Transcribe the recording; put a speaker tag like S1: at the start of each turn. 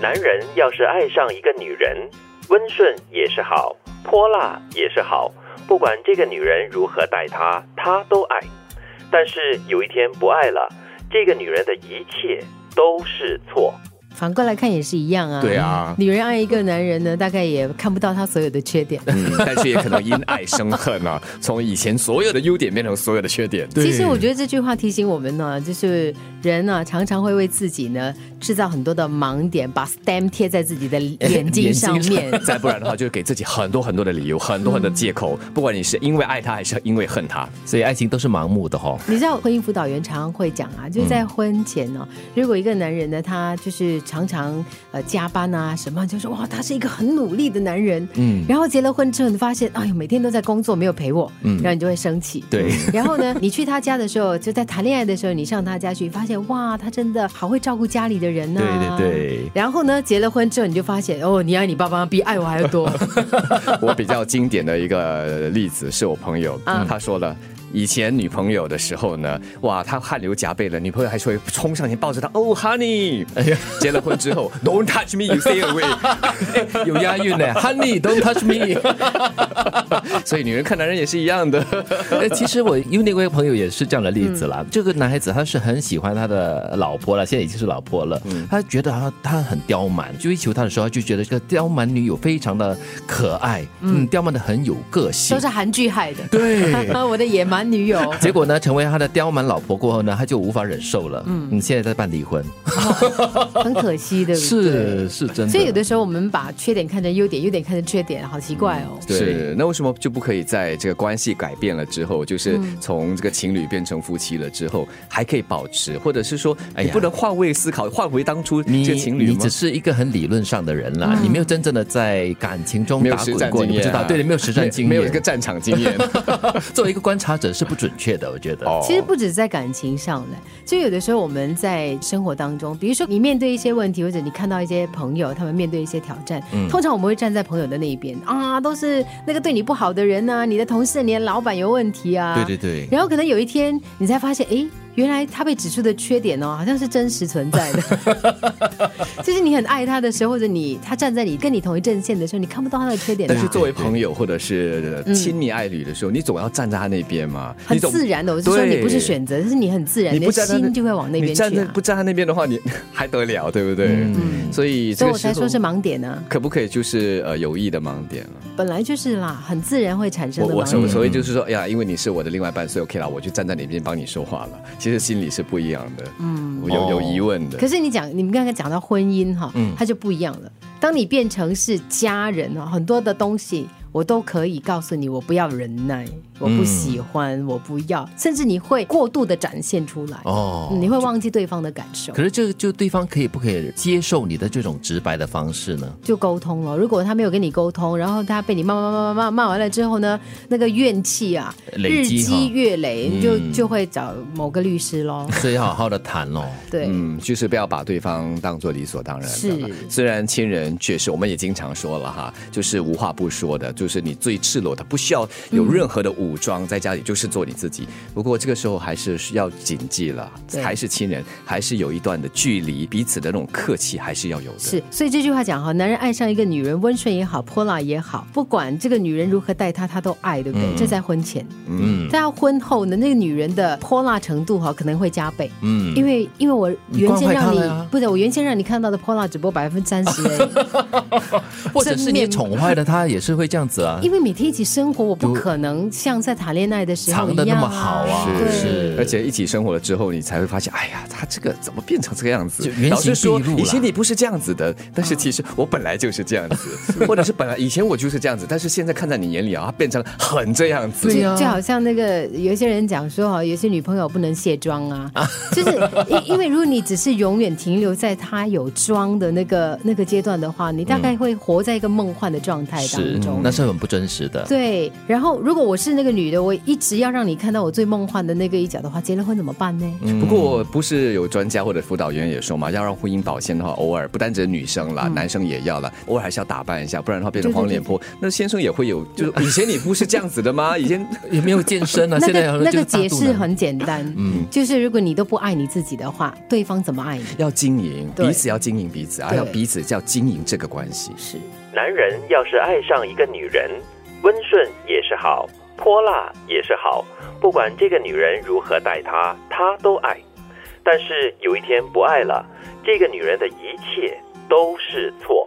S1: 男人要是爱上一个女人，温顺也是好，泼辣也是好，不管这个女人如何待他，他都爱。但是有一天不爱了，这个女人的一切都是错。
S2: 反过来看也是一样啊。
S3: 对啊
S2: 女人爱一个男人呢，大概也看不到他所有的缺点。
S3: 嗯，但是也可能因爱生恨啊， 从以前所有的优点变成所有的缺点。
S2: 其实我觉得这句话提醒我们呢，就是人呢、常常会为自己呢制造很多的盲点，把 stamp 贴在自己的 眼睛上面。
S3: 再不然的话，就给自己很多很多的理由，很多很多的借口。不管你是因为爱他，还是因为恨他，
S4: 所以爱情都是盲目的哈、
S2: 你知道婚姻辅导员常常会讲啊，就是在婚前呢、如果一个男人呢，他就是常常呃加班啊什么，就说哇，他是一个很努力的男人，嗯，然后结了婚之后，你发现哎呦，每天都在工作，没有陪我，嗯，然后你就会生气，
S3: 对。
S2: 然后呢，你去他家的时候，就在谈恋爱的时候，你上他家去，发现哇，他真的好会照顾家里的人呐、啊
S4: 对对对。
S2: 然后呢，结了婚之后，你就发现哦，你爱你爸爸比爱我还要 多。
S3: 我比较经典的一个例子是我朋友，
S4: 嗯
S3: 他说了。以前女朋友的时候呢，哇，他汗流浃背了，女朋友还说冲上前抱着他，Oh honey！结
S4: 哎
S3: 了婚之后 ，Don't touch me, you stay away。
S4: 有押韵呢 ，Honey don't touch me。
S3: 所以女人看男人也是一样的。
S4: 哎，其实我因为那位朋友也是这样的例子
S2: 嗯
S4: 啦。这个男孩子他是很喜欢他的老婆了，现在已经是老婆了。
S2: 嗯
S4: 他觉得他他很刁蛮，追求他的时候他就觉得这个刁蛮女友非常的可爱，嗯，刁蛮的很有个性
S2: 都。是韩剧害的。
S4: 对，
S2: 我的野蛮女 友。
S4: 结果呢，成为他的刁蛮老婆过后呢，他就无法忍受了。嗯，你现在在办离婚，
S2: 很可惜，对不对？。
S4: 是是真的。
S2: 所以有的时候我们把缺点看成优点，优点看成缺点，好奇怪哦。
S3: 是，那为什么就不可以在这个关系改变了之后，就是
S4: 嗯
S3: 从这个情侣变成夫妻了之后，还可以保持，或者是说，
S4: 哎
S3: 你
S4: 呀
S3: 不能换位思考，换回当初
S4: 你
S3: 这个情侣
S4: 你
S3: 吗
S4: 只？是一个很理论上的人啦，
S2: 嗯
S4: 你没有真正的在感情中
S3: 没有
S4: 打
S3: 实
S4: 滚
S3: 战
S4: 过，
S3: 经
S4: 你不
S3: 验
S4: 知
S3: 啊、
S4: 道，对，你没有实战经 验，
S3: 没有一个战场经 验。
S4: 作为一个观察者是不准确的，我觉得。
S3: 哦
S2: 其实不止在感情上的，就有的时候我们在生活当中，比如说你面对一些问题，或者你看到一些朋友他们面对一些挑战，
S3: 嗯
S2: 通常我们会站在朋友的那一边啊，都是那个对你不好的人啊，你的同事、你的老板有问题啊，
S4: 对对对，
S2: 然后可能有一天你才发现，诶，原来他被指出的缺点哦，好像是真实存在 的。就是你很爱他的时候，或者你他站在你跟你同一阵线的时候，你看不到他的缺点的啊
S3: 但是作为朋友或者是亲密爱侣的时候，你总要站在他那边嘛，
S2: 嗯很
S3: 你总
S2: 自然的。我是说
S3: 对
S2: 你不是选择，是你很自然，
S3: 你
S2: 你的
S3: 不站在那
S2: 心就会往那边
S3: 你
S2: 去、啊
S3: 站在。不站在那边的话，你 还得了，对不对？所以这
S2: 所以
S3: 个
S2: 我才
S3: 时候
S2: 说是盲点呢、
S3: 可不可以就是呃有意的盲点了？
S2: 本来就是啦，很自然会产生
S3: 我
S2: 的
S3: 我
S2: 盲
S3: 所
S2: 点。
S3: 所以就是说，哎呀，因为你是我的另外一半，所以 OK 啦，我就站在你那边帮你说话了。其实心里是不一样的，嗯，有有
S4: 哦
S3: 疑问的
S2: 可。是你讲，你们刚才讲到婚姻哈，
S3: 嗯
S2: 它就不一样了。当你变成是家人哦，很多的东西我都可以告诉你，我不要忍耐，
S3: 嗯
S2: 我不喜欢，我不要，甚至你会过度的展现出来，
S4: 哦。
S2: 你会忘记对方的感受
S4: 可。是这个就对方可以不可以接受你的这种直白的方式 呢？
S2: 就沟通了。如果他没有跟你沟通，然后他被你骂骂骂骂骂骂完了之后呢，那个怨气啊，
S4: 累
S2: 日
S4: 积哈
S2: 积月累，你就
S3: 嗯
S2: 就会找某个律师喽。
S4: 所以要好好的谈哦。
S2: 对，
S3: 嗯，就是不要把对方当做理所当然的了
S2: 是。
S3: 虽然亲人确实，我们也经常说了哈，就是无话不说的，就是你最赤裸的，不需要有任何的武装，在家里就是做你自己。不过这个时候还是要谨记了，
S2: 对
S3: 还是亲人，还是有一段的距离，彼此的那种客气还是要有的。
S2: 是，所以这句话讲哈，男人爱上一个女人，温顺也好，泼辣也好，不管这个女人如何待他，他都爱，对不对？这在婚前，嗯，但婚后呢，那个女人的泼辣程度哈，可能会加倍，嗯，因为因为我原先
S4: 惯坏她
S2: 让你
S4: 了呀
S2: 不是我原先让你看到的泼辣只不过百分之三十 而已，
S4: 或者是
S2: 正
S4: 你
S2: 面
S4: 宠坏了他，也是会这样子啊。
S2: 因为每天一起生活，我不
S4: 就
S2: 可能像在谈恋爱的时候
S4: 藏
S2: 一
S4: 得
S2: 样
S4: 那么好啊
S2: 对
S4: 是
S3: 而且一起生活了之后，你才会发现，哎呀，他这个怎么变成这个样子
S4: 就？原
S3: 老实
S4: 形
S3: 说，
S4: 毕露
S3: 以前
S4: 啦
S3: 你不是这样子的，但
S4: 啊
S3: 是其实我本来就是这样子，或者是本来以前我就是这样子，但是现在看在你眼里啊，他变成很这样子。
S2: 就就好像那个有一些人讲说哈，有些女朋友不能卸妆啊，就是因因为如果你只是永远停留在她有妆的那个那个阶段的话，你大概会活在一个梦幻的状态
S4: 嗯是
S2: 当中。
S4: 那是是很不真实 的。
S2: 对，然后如果我是那个女的，我一直要让你看到我最梦幻的那个一角的话，结了婚怎么办呢？
S4: 嗯
S3: 不过不是有专家或者辅导员也说嘛，要让婚姻保鲜的话，偶尔不单指女生啦，男生也要啦，偶尔还是要打扮一下，不然的话变成黄脸婆，那先生也会有，就是以前你不是这样子的吗？以前
S4: 也没有健身啊，
S2: 那
S4: 现在
S2: 个那个
S4: 就是大
S2: 解
S4: 肚
S2: 释
S4: 腩
S2: 很简单，嗯，就是如果你都不爱你自己的话，对方怎么爱你？
S3: 要经营
S2: 对
S3: 彼此，要经营彼此，还
S2: 对
S3: 要彼此叫经营这个关系。
S2: 是
S1: 男人要是爱上一个女人，温顺也是好，泼辣也是好，不管这个女人如何待他，他都爱。但是有一天不爱了，这个女人的一切都是错。